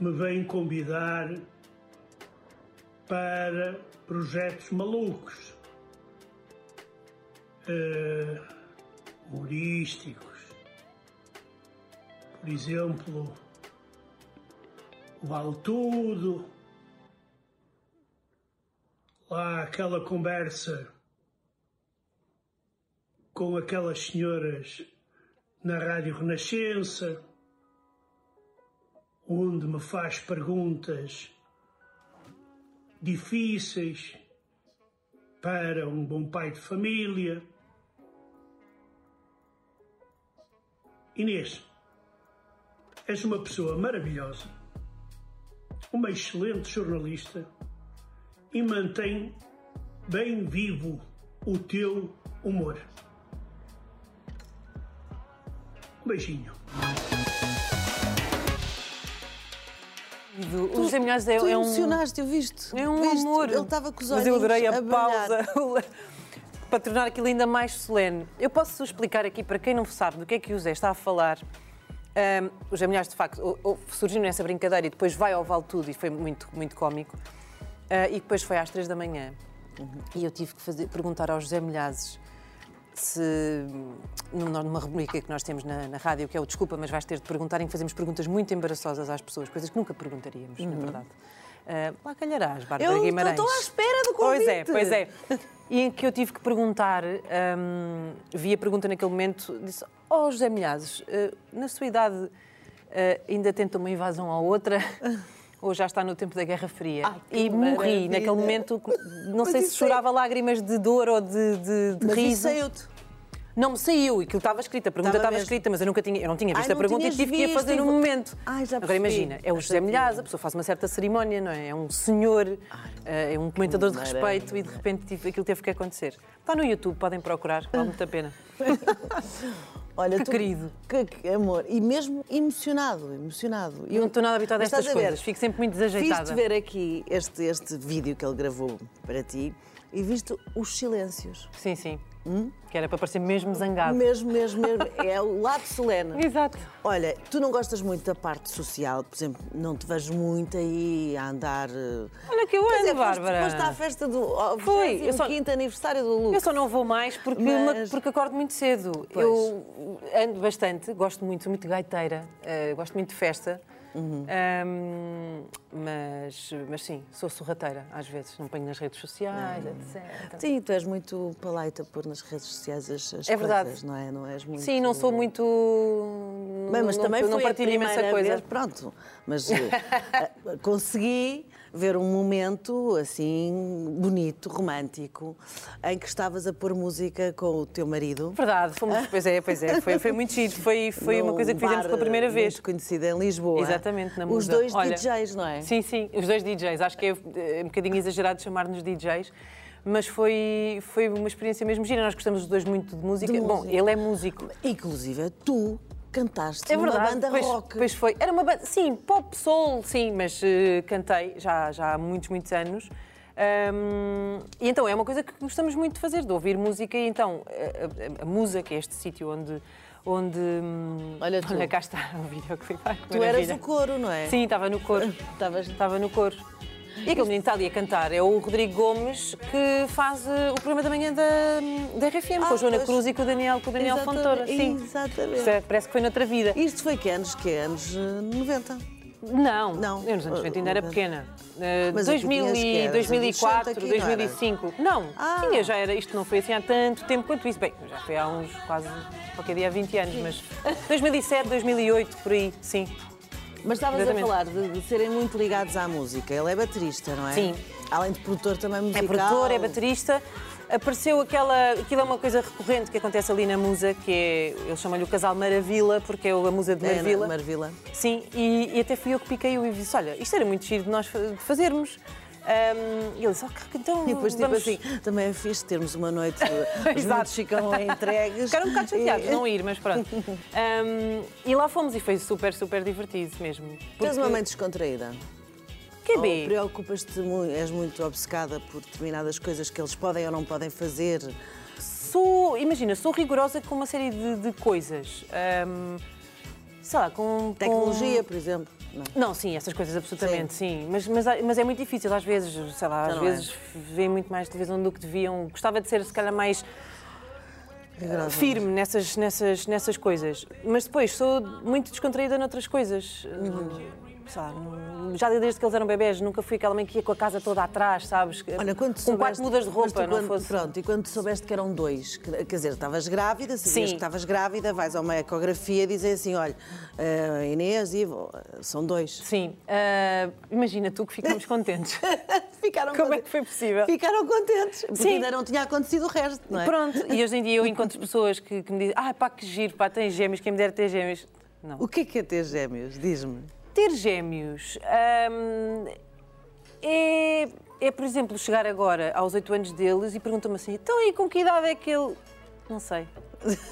Speaker 6: me vem convidar para projetos malucos, eh, humorísticos. Por exemplo, o Vale Tudo, lá aquela conversa com aquelas senhoras na Rádio Renascença, onde me faz perguntas difíceis para um bom pai de família. Inês, és uma pessoa maravilhosa, uma excelente jornalista e mantém bem vivo o teu humor. Um beijinho.
Speaker 2: Do- o José Milhões é,
Speaker 1: tu
Speaker 2: é um.
Speaker 1: emocionaste, eu viste.
Speaker 2: É um
Speaker 1: viste?
Speaker 2: amor.
Speaker 1: Ele estava com os olhos
Speaker 2: Mas eu adorei a,
Speaker 1: brilhar.
Speaker 2: pausa para tornar aquilo ainda mais solene. Eu posso explicar aqui para quem não sabe do que é que o Zé está a falar. Ahm, os Amelhares, de facto, ou- ou surgiu nessa brincadeira e depois vai ao Vale Tudo e foi muito, muito cómico. Ah, e depois foi às três da manhã.
Speaker 1: Uhum.
Speaker 2: E eu tive que fazer- perguntar ao José Milhazes se num- numa rubrica que nós temos na, na rádio, que é o Desculpa, mas vais ter de perguntar, em que fazemos perguntas muito embaraçosas às pessoas, coisas que nunca perguntaríamos, na verdade. Ah, lá calharás, Bárbara
Speaker 1: Uhum. Eu tô-
Speaker 2: Guimarães.
Speaker 1: tô à espera do convite.
Speaker 2: Pois é, pois é. E em que eu tive que perguntar, hum, vi a pergunta naquele momento, disse, oh José Milhazes, eh, na sua idade eh, ainda tenta uma invasão à outra... Ou já está no tempo da Guerra Fria.
Speaker 1: Ai, que
Speaker 2: e morri
Speaker 1: maravilha.
Speaker 2: naquele momento, não
Speaker 1: Mas
Speaker 2: sei se
Speaker 1: isso é-
Speaker 2: chorava lágrimas de dor ou de, de, de
Speaker 1: Mas
Speaker 2: riso.
Speaker 1: isso saiu-te.
Speaker 2: Não me saiu, aquilo estava escrito, a pergunta
Speaker 1: Estava
Speaker 2: estava
Speaker 1: mesmo.
Speaker 2: escrita, mas eu nunca tinha, eu não tinha
Speaker 1: Ai,
Speaker 2: visto a
Speaker 1: não
Speaker 2: pergunta e
Speaker 1: tinhas
Speaker 2: tive que ir
Speaker 1: visto
Speaker 2: fazer
Speaker 1: e
Speaker 2: no
Speaker 1: vo-
Speaker 2: momento.
Speaker 1: Ai, já
Speaker 2: Agora
Speaker 1: percebi.
Speaker 2: imagina, é o
Speaker 1: Já
Speaker 2: José Milhaz, a pessoa faz uma certa cerimónia, não é? É um senhor, eh, é um comentador de
Speaker 1: maravilha.
Speaker 2: respeito e de repente tive- aquilo teve que acontecer. Está no YouTube, podem procurar, vale muito a pena.
Speaker 1: Olha,
Speaker 2: Que querido.
Speaker 1: Que, que amor. E mesmo emocionado, emocionado.
Speaker 2: Eu não estou nada habituada a
Speaker 1: Mas
Speaker 2: estas
Speaker 1: estás a ver,
Speaker 2: coisas, fico sempre muito desajeitada.
Speaker 1: Viste ver aqui este, este vídeo que ele gravou para ti e viste os silêncios.
Speaker 2: Sim, sim.
Speaker 1: Hum?
Speaker 2: Que era para parecer mesmo zangado.
Speaker 1: Mesmo, mesmo, mesmo. é o lado solene.
Speaker 2: Exato.
Speaker 1: Olha, tu não gostas muito da parte social, por exemplo, não te vejo muito aí a andar. eh,
Speaker 2: Olha que eu
Speaker 1: Pois é, foste-
Speaker 2: ando, Bárbara.
Speaker 1: Foste à festa do
Speaker 2: Foi, eu só-
Speaker 1: 25 aniversário do Lucas.
Speaker 2: Eu só não vou mais porque,
Speaker 1: Mas-
Speaker 2: me- porque acordo muito cedo.
Speaker 1: Pois.
Speaker 2: Eu ando bastante, gosto muito, sou muito gaiteira, eh, gosto muito de festa.
Speaker 1: Uhum.
Speaker 2: Ahm, mas, mas sim, sou sorrateira às vezes, não ponho nas redes
Speaker 1: Hum.
Speaker 2: sociais, etc.
Speaker 1: Sim, tu és muito palaita pôr nas redes sociais as, as
Speaker 2: É verdade.
Speaker 1: coisas, não é? Não és muito...
Speaker 2: Sim, não sou muito.
Speaker 1: Bem, mas
Speaker 2: não,
Speaker 1: também
Speaker 2: não
Speaker 1: foi
Speaker 2: partilho
Speaker 1: a
Speaker 2: imensa
Speaker 1: primeira
Speaker 2: coisa.
Speaker 1: vez, pronto, mas eh, eh, consegui ver um momento assim bonito, romântico, em que estavas a pôr música com o teu marido.
Speaker 2: Verdade, fomos, pois é, pois é, foi, foi muito giro, foi, foi uma
Speaker 1: num
Speaker 2: coisa que fizemos
Speaker 1: bar eh,
Speaker 2: pela primeira vez.
Speaker 1: Muito conhecida em Lisboa.
Speaker 2: Exatamente, na
Speaker 1: Os
Speaker 2: Musa.
Speaker 1: dois
Speaker 2: Olha,
Speaker 1: DJs, não é?
Speaker 2: Sim, sim, os dois DJs. Acho que é eh, um bocadinho exagerado chamar-nos DJs, mas foi, foi uma experiência mesmo gira. Nós gostamos os dois muito de música.
Speaker 1: De
Speaker 2: Bom,
Speaker 1: música.
Speaker 2: ele é músico.
Speaker 1: Inclusive, tu cantaste
Speaker 2: É
Speaker 1: numa
Speaker 2: verdade.
Speaker 1: banda
Speaker 2: pois,
Speaker 1: rock.
Speaker 2: pois foi. Era uma banda, sim, pop, soul, sim, mas eh, cantei já, já há muitos, muitos anos. Ahm, e então é uma coisa que gostamos muito de fazer, de ouvir música. E então a, a, a Musa, que é este sítio onde. onde hum,
Speaker 1: Olha tu.
Speaker 2: olha, cá está o videoclipe. Ai, que
Speaker 1: tu eras
Speaker 2: maravilha.
Speaker 1: o coro, não é?
Speaker 2: Sim, estava no coro.
Speaker 1: Estavas-
Speaker 2: Estava no coro. E aquele menino que está ali a cantar é o Rodrigo Gomes, que faz eh, o programa da manhã da, da RFM, com
Speaker 1: Ah,
Speaker 2: a Joana
Speaker 1: pois.
Speaker 2: Cruz e com o Daniel, com o Daniel
Speaker 1: Exatamente,
Speaker 2: Fontoura. Sim.
Speaker 1: exatamente.
Speaker 2: Isto é, parece que foi noutra vida.
Speaker 1: Isto foi que anos? Que anos? Eh, 90.
Speaker 2: Não,
Speaker 1: Não.
Speaker 2: eu nos anos 90 ainda era
Speaker 1: Mas-
Speaker 2: pequena. Eh,
Speaker 1: Mas
Speaker 2: 2000
Speaker 1: aqui tinhas que
Speaker 2: e
Speaker 1: era
Speaker 2: 2004,
Speaker 1: adolescente aqui, não era?
Speaker 2: 2005. Não,
Speaker 1: Ah.
Speaker 2: tinha já era. Isto não foi assim há tanto tempo quanto isso. Bem, já foi há uns quase qualquer dia há 20 anos, mas 2007, 2008, por aí, sim.
Speaker 1: Mas estavas a
Speaker 2: Exatamente.
Speaker 1: falar de, de serem muito ligados à música. Ele é baterista, não é?
Speaker 2: Sim.
Speaker 1: Além de produtor também
Speaker 2: É
Speaker 1: musical.
Speaker 2: produtor, é baterista. Apareceu aquela. Aquilo é uma coisa recorrente que acontece ali na Musa, que é. Ele chama-lhe o casal Maravilha, porque é a Musa de
Speaker 1: É,
Speaker 2: Marvila.
Speaker 1: Marvila. Marvila.
Speaker 2: Sim, e, e até fui eu que piquei o e disse: Olha, isto era muito giro de nós fa- de fazermos. Ahm, e ele disse: "Ok, então.
Speaker 1: E depois, tipo
Speaker 2: vamos...
Speaker 1: assim, também é fixe termos uma noite. Os
Speaker 2: Exato.
Speaker 1: miúdos ficam entregues.
Speaker 2: Ficaram um bocado chateados,
Speaker 1: E-
Speaker 2: não ir, mas pronto. Ahm, e lá fomos e foi super, super divertido mesmo.
Speaker 1: Tens
Speaker 2: Porque-
Speaker 1: uma mãe descontraída.
Speaker 2: Que
Speaker 1: Ou
Speaker 2: B?
Speaker 1: preocupas-te muito, és muito obcecada por determinadas coisas que eles podem ou não podem fazer.
Speaker 2: Sou, imagina, sou rigorosa com uma série de, de coisas. Ahm, sei lá, com. com-
Speaker 1: Tecnologia, por exemplo. Não.
Speaker 2: Não, sim, essas coisas absolutamente, sim. Mas, mas, mas é muito difícil, às vezes, sei lá, às
Speaker 1: não é.
Speaker 2: vezes vêem muito mais televisão do que deviam. Gostava de ser, se calhar, mais
Speaker 1: Rigorosa.
Speaker 2: firme nessas, nessas, nessas coisas. Mas depois sou muito descontraída noutras coisas.
Speaker 1: Uhum.
Speaker 2: Sei lá, não- já desde que eles eram bebés, nunca fui aquela mãe que ia com a casa toda atrás, sabes? Que-
Speaker 1: Olha, quando
Speaker 2: com quatro
Speaker 1: soubeste-
Speaker 2: mudas de
Speaker 1: mas tu
Speaker 2: roupa, não
Speaker 1: quando-
Speaker 2: fosse.
Speaker 1: Pronto, e quando soubeste que eram dois, que- quer dizer, estavas grávida, sabias
Speaker 2: Sim.
Speaker 1: que estavas grávida, vais a uma ecografia e dizem assim: olha, eh, Inês e Ivo, eh, são dois.
Speaker 2: Sim, ah, imagina tu que ficamos contentes.
Speaker 1: Ficaram
Speaker 2: Como
Speaker 1: conte-
Speaker 2: é que foi possível?
Speaker 1: Ficaram contentes, porque
Speaker 2: Sim.
Speaker 1: ainda não tinha acontecido o resto, não é?
Speaker 2: Pronto, e hoje em dia eu encontro pessoas que, que me dizem: ah, pá, que giro, pá, tem gêmeos, quem me dera ter gêmeos. Não.
Speaker 1: O que é que é ter gêmeos? Diz-me.
Speaker 2: Ter gêmeos hum, é, é, por exemplo, chegar agora aos 8 anos deles e pergunta-me assim: então e com que idade é que ele. Não sei.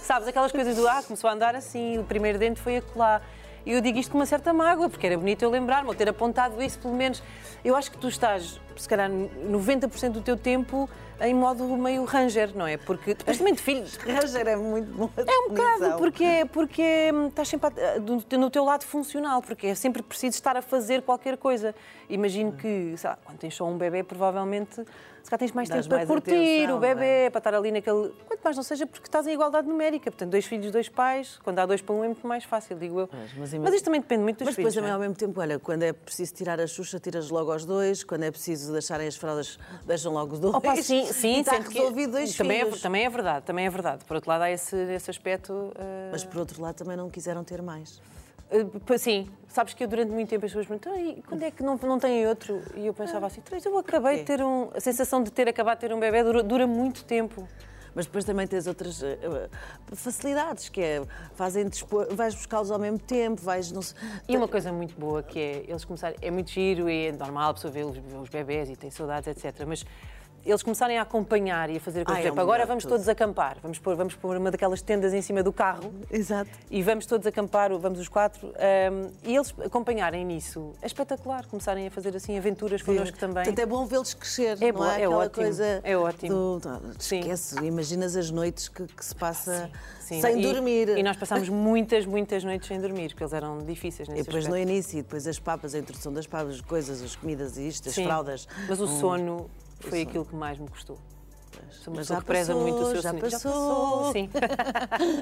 Speaker 2: Sabes, aquelas coisas do ah, começou a andar assim, o primeiro dente foi a colar. E eu digo isto com uma certa mágoa, porque era bonito eu lembrar-me, ou ter apontado isso, pelo menos. Eu acho que tu estás, se calhar, 90% do teu tempo em modo meio ranger, não é? Porque depois também de filhos,
Speaker 1: Ranger é muito bom.
Speaker 2: é um bocado, porque, é- porque é, hum, estás sempre a- do- no teu lado funcional, porque é sempre preciso estar a fazer qualquer coisa. Imagino que, sei lá, quando tens só um bebê, provavelmente se calhar tens mais
Speaker 1: Dás
Speaker 2: tempo para
Speaker 1: mais
Speaker 2: curtir
Speaker 1: atenção, é?
Speaker 2: o bebê, para estar ali naquele. Quanto mais não seja, porque estás em igualdade numérica. Portanto, dois filhos, dois pais, quando há dois para um é muito mais fácil, digo eu.
Speaker 1: Pois, mas
Speaker 2: mas,
Speaker 1: imagina-
Speaker 2: isto também depende muito dos
Speaker 1: Mas depois
Speaker 2: filhos.
Speaker 1: também
Speaker 2: não
Speaker 1: ao
Speaker 2: é?
Speaker 1: mesmo tempo, olha, quando é preciso tirar a Xuxa, tiras logo aos dois, quando é preciso deixarem as fraldas, deixam logo os dois.
Speaker 2: Opa, sim, sim,
Speaker 1: e está
Speaker 2: sendo que-
Speaker 1: resolvido dois
Speaker 2: também é,
Speaker 1: filhos.
Speaker 2: também é verdade, também é verdade. Por outro lado, há esse, esse aspecto. ah,
Speaker 1: Mas por outro lado também não quiseram ter mais.
Speaker 2: Uh, pa- Sim, sabes que eu durante muito tempo as pessoas me perguntam "Então, e quando é que não, não têm outro? E eu pensava assim, "Então, mas eu acabei de ter um. A sensação de ter acabado de ter um bebê dura, dura muito tempo.
Speaker 1: Mas depois também tens outras eh, eh, facilidades, que é fazem dispor, vais buscá-los ao mesmo tempo, vais não sei-
Speaker 2: E uma coisa muito boa que é eles começarem. É muito giro e é normal a pessoa ver os, ver os bebés e tem saudades, etc. Mas eles começarem a acompanhar e a fazer
Speaker 1: Ai,
Speaker 2: coisas. Por
Speaker 1: é
Speaker 2: exemplo,
Speaker 1: o melhor
Speaker 2: agora
Speaker 1: de
Speaker 2: vamos
Speaker 1: tudo.
Speaker 2: todos acampar. Vamos pôr, vamos pôr uma daquelas tendas em cima do carro
Speaker 1: Exato.
Speaker 2: e vamos todos acampar, vamos os quatro. hum, e eles acompanharem nisso é espetacular. Começarem a fazer assim aventuras connosco também.
Speaker 1: Portanto, é bom vê-los crescer,
Speaker 2: É
Speaker 1: não
Speaker 2: bom,
Speaker 1: é?
Speaker 2: é
Speaker 1: Aquela
Speaker 2: ótimo,
Speaker 1: coisa
Speaker 2: é ótimo.
Speaker 1: do- não,
Speaker 2: Sim.
Speaker 1: esquece, imaginas as noites que, que se passa
Speaker 2: Sim,
Speaker 1: sem
Speaker 2: e-
Speaker 1: dormir.
Speaker 2: E nós passámos muitas, muitas noites sem dormir, porque eles eram difíceis nesse
Speaker 1: E depois no
Speaker 2: aspecto.
Speaker 1: início, e depois as papas, a introdução das papas, as coisas, as comidas e isto, as
Speaker 2: Sim.
Speaker 1: fraldas.
Speaker 2: Mas o
Speaker 1: Hum,
Speaker 2: sono foi aquilo que mais me custou. Sou uma
Speaker 1: Mas
Speaker 2: pessoa
Speaker 1: já
Speaker 2: que preza
Speaker 1: passou,
Speaker 2: muito o seu
Speaker 1: já
Speaker 2: sono.
Speaker 1: passou.
Speaker 2: Sim.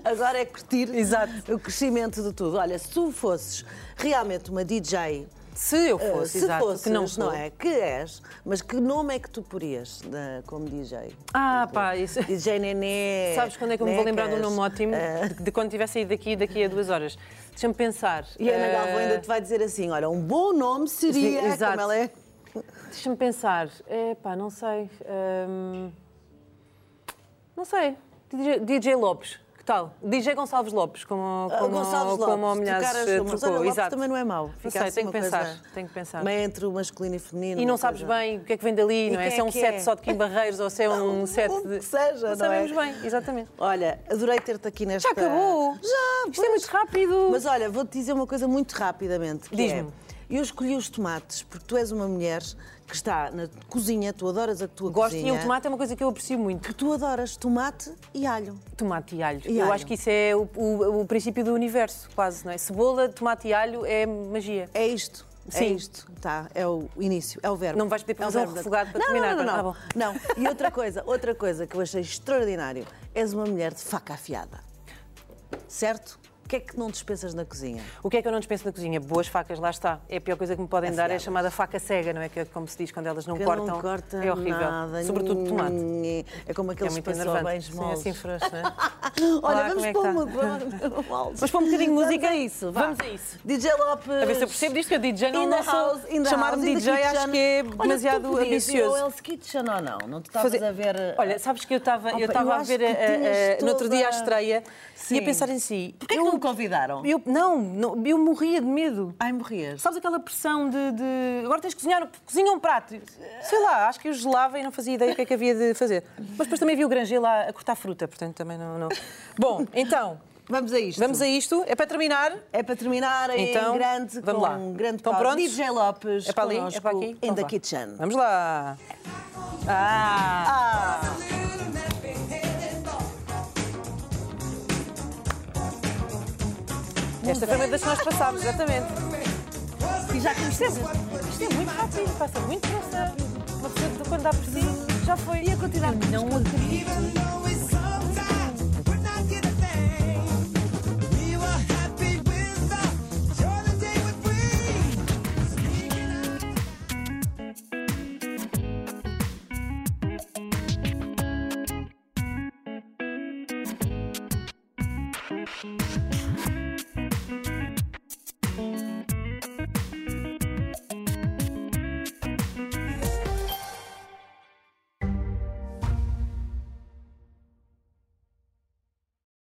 Speaker 1: Agora é curtir o crescimento de tudo. Olha, se tu fosses realmente uma DJ,
Speaker 2: Se eu
Speaker 1: eh,
Speaker 2: fosse,
Speaker 1: se
Speaker 2: exato,
Speaker 1: fosses,
Speaker 2: que não, sou.
Speaker 1: é? Que és, mas que nome é que tu porias na- como DJ?
Speaker 2: Ah, pá, isso.
Speaker 1: DJ Nené.
Speaker 2: Sabes quando é que eu me vou lembrar de um
Speaker 1: tipo Necas,
Speaker 2: nome ótimo?
Speaker 1: eh,
Speaker 2: De, de quando tiver saído daqui, daqui a duas horas. Deixa-me pensar.
Speaker 1: e é a Ana
Speaker 2: Eh,
Speaker 1: Galvão ainda te vai dizer assim: olha, um bom nome seria.
Speaker 2: Sim, exato.
Speaker 1: Como ela é.
Speaker 2: Deixa-me pensar. É pá, não sei. Hum, Não sei. DJ, DJ Lopes. Que tal? DJ Gonçalves Lopes, como,
Speaker 1: Ah,
Speaker 2: como,
Speaker 1: Gonçalves Lopes,
Speaker 2: como a Milhares
Speaker 1: tocar as
Speaker 2: eh,
Speaker 1: chamas. Olha,
Speaker 2: trocou.
Speaker 1: Lopes
Speaker 2: Exato.
Speaker 1: também não é mau.
Speaker 2: Não
Speaker 1: Fica
Speaker 2: sei,
Speaker 1: assim
Speaker 2: tenho que
Speaker 1: uma
Speaker 2: pensar.
Speaker 1: coisa
Speaker 2: Tenho que pensar.
Speaker 1: Meio entre o masculino e feminino.
Speaker 2: E não
Speaker 1: uma
Speaker 2: sabes
Speaker 1: coisa-
Speaker 2: bem o que é que vem dali,
Speaker 1: E
Speaker 2: não é?
Speaker 1: quem
Speaker 2: Se é
Speaker 1: é
Speaker 2: um
Speaker 1: que
Speaker 2: set
Speaker 1: é?
Speaker 2: só de Kim Barreiros ou se é um
Speaker 1: O
Speaker 2: set
Speaker 1: que
Speaker 2: de.
Speaker 1: seja, não é?
Speaker 2: não sabemos bem, exatamente.
Speaker 1: Olha, adorei ter-te aqui nesta.
Speaker 2: Já acabou!
Speaker 1: Já!
Speaker 2: Isto é muito rápido!
Speaker 1: Mas olha, vou-te dizer uma coisa muito rapidamente. que
Speaker 2: Diz-me.
Speaker 1: é, Eu escolhi os tomates porque tu és uma mulher que está na cozinha, tu adoras a tua
Speaker 2: Gosto
Speaker 1: cozinha.
Speaker 2: e o tomate é uma coisa que eu aprecio muito.
Speaker 1: Que tu adoras tomate e alho.
Speaker 2: Tomate e alho.
Speaker 1: E
Speaker 2: eu
Speaker 1: alho.
Speaker 2: acho que isso é o, o- o princípio do universo, quase, não é? Cebola, tomate e alho é magia.
Speaker 1: É isto. É
Speaker 2: Sim.
Speaker 1: isto, tá? É o início, é o verbo.
Speaker 2: Não vais pedir para
Speaker 1: É o
Speaker 2: fazer um
Speaker 1: verbo da-
Speaker 2: refogado para
Speaker 1: não,
Speaker 2: terminar,
Speaker 1: Não, não, não.
Speaker 2: tá
Speaker 1: não. E outra coisa, outra coisa que eu achei extraordinário. És uma mulher de faca afiada. Certo? O que é que não dispensas na cozinha?
Speaker 2: O que é que eu não dispenso na cozinha? Boas facas, lá está. É a pior coisa que me podem dar, é a
Speaker 1: Afiadas.
Speaker 2: chamada faca cega, não é? Que é como se diz quando elas não
Speaker 1: Que
Speaker 2: cortam.
Speaker 1: não corta
Speaker 2: é horrível.
Speaker 1: nada.
Speaker 2: Sobretudo tomate.
Speaker 1: É como
Speaker 2: É
Speaker 1: aqueles
Speaker 2: muito
Speaker 1: passobens
Speaker 2: enervante. Sim, é
Speaker 1: moles.
Speaker 2: assim frouxo, não é?
Speaker 1: Olha,
Speaker 2: Olá,
Speaker 1: vamos
Speaker 2: como é que
Speaker 1: pôr
Speaker 2: tá?
Speaker 1: uma uma- moles.
Speaker 2: Mas põe um bocadinho de
Speaker 1: Vamos
Speaker 2: música.
Speaker 1: a isso, vá.
Speaker 2: Vamos a isso.
Speaker 1: DJ Lopes.
Speaker 2: A ver se eu percebo disto, que eu DJ não,
Speaker 1: In the
Speaker 2: não
Speaker 1: house, in
Speaker 2: sou.
Speaker 1: the
Speaker 2: Chamar-me
Speaker 1: house, in the
Speaker 2: DJ acho
Speaker 1: kitchen.
Speaker 2: que é
Speaker 1: Olha,
Speaker 2: demasiado
Speaker 1: tu podias ir ao
Speaker 2: ambicioso.
Speaker 1: Hell's Kitchen ou não? Não te estavas
Speaker 2: Fazer-
Speaker 1: a ver... eh,
Speaker 2: Olha, sabes que eu estava
Speaker 1: Opa,
Speaker 2: eu estava
Speaker 1: eu
Speaker 2: a
Speaker 1: acho
Speaker 2: ver
Speaker 1: que
Speaker 2: a- a-
Speaker 1: tinhas
Speaker 2: a- no outro dia a
Speaker 1: toda-
Speaker 2: estreia e
Speaker 1: Sim.
Speaker 2: a pensar em si.
Speaker 1: Porquê que não me convidaram?
Speaker 2: Eu, não, não, eu morria de medo.
Speaker 1: Ai, morrias.
Speaker 2: Sabes aquela pressão de, de- agora tens de cozinhar, cozinha um prato. Sei lá, acho que eu gelava e não fazia ideia o que é que havia de fazer. Mas depois também vi o Granger lá a cortar fruta, portanto também não. não. Bom, então,
Speaker 1: Vamos a isto.
Speaker 2: Vamos a isto. É para terminar.
Speaker 1: É para terminar em
Speaker 2: Então,
Speaker 1: grande
Speaker 2: vamos
Speaker 1: com
Speaker 2: lá.
Speaker 1: um grande
Speaker 2: Estão
Speaker 1: palco.
Speaker 2: prontos?
Speaker 1: DJ Lopes
Speaker 2: É para ali, é
Speaker 1: connosco
Speaker 2: para aqui.
Speaker 1: in
Speaker 2: Então
Speaker 1: the
Speaker 2: vá.
Speaker 1: kitchen.
Speaker 2: Vamos lá. Ah!
Speaker 1: Ah,
Speaker 2: Esta foi uma das que nós passámos, exatamente. E já que isto é, isto é muito rápido, passa muito depressa. Uma pessoa quando dá por si já foi. E a continuar. Não acredito.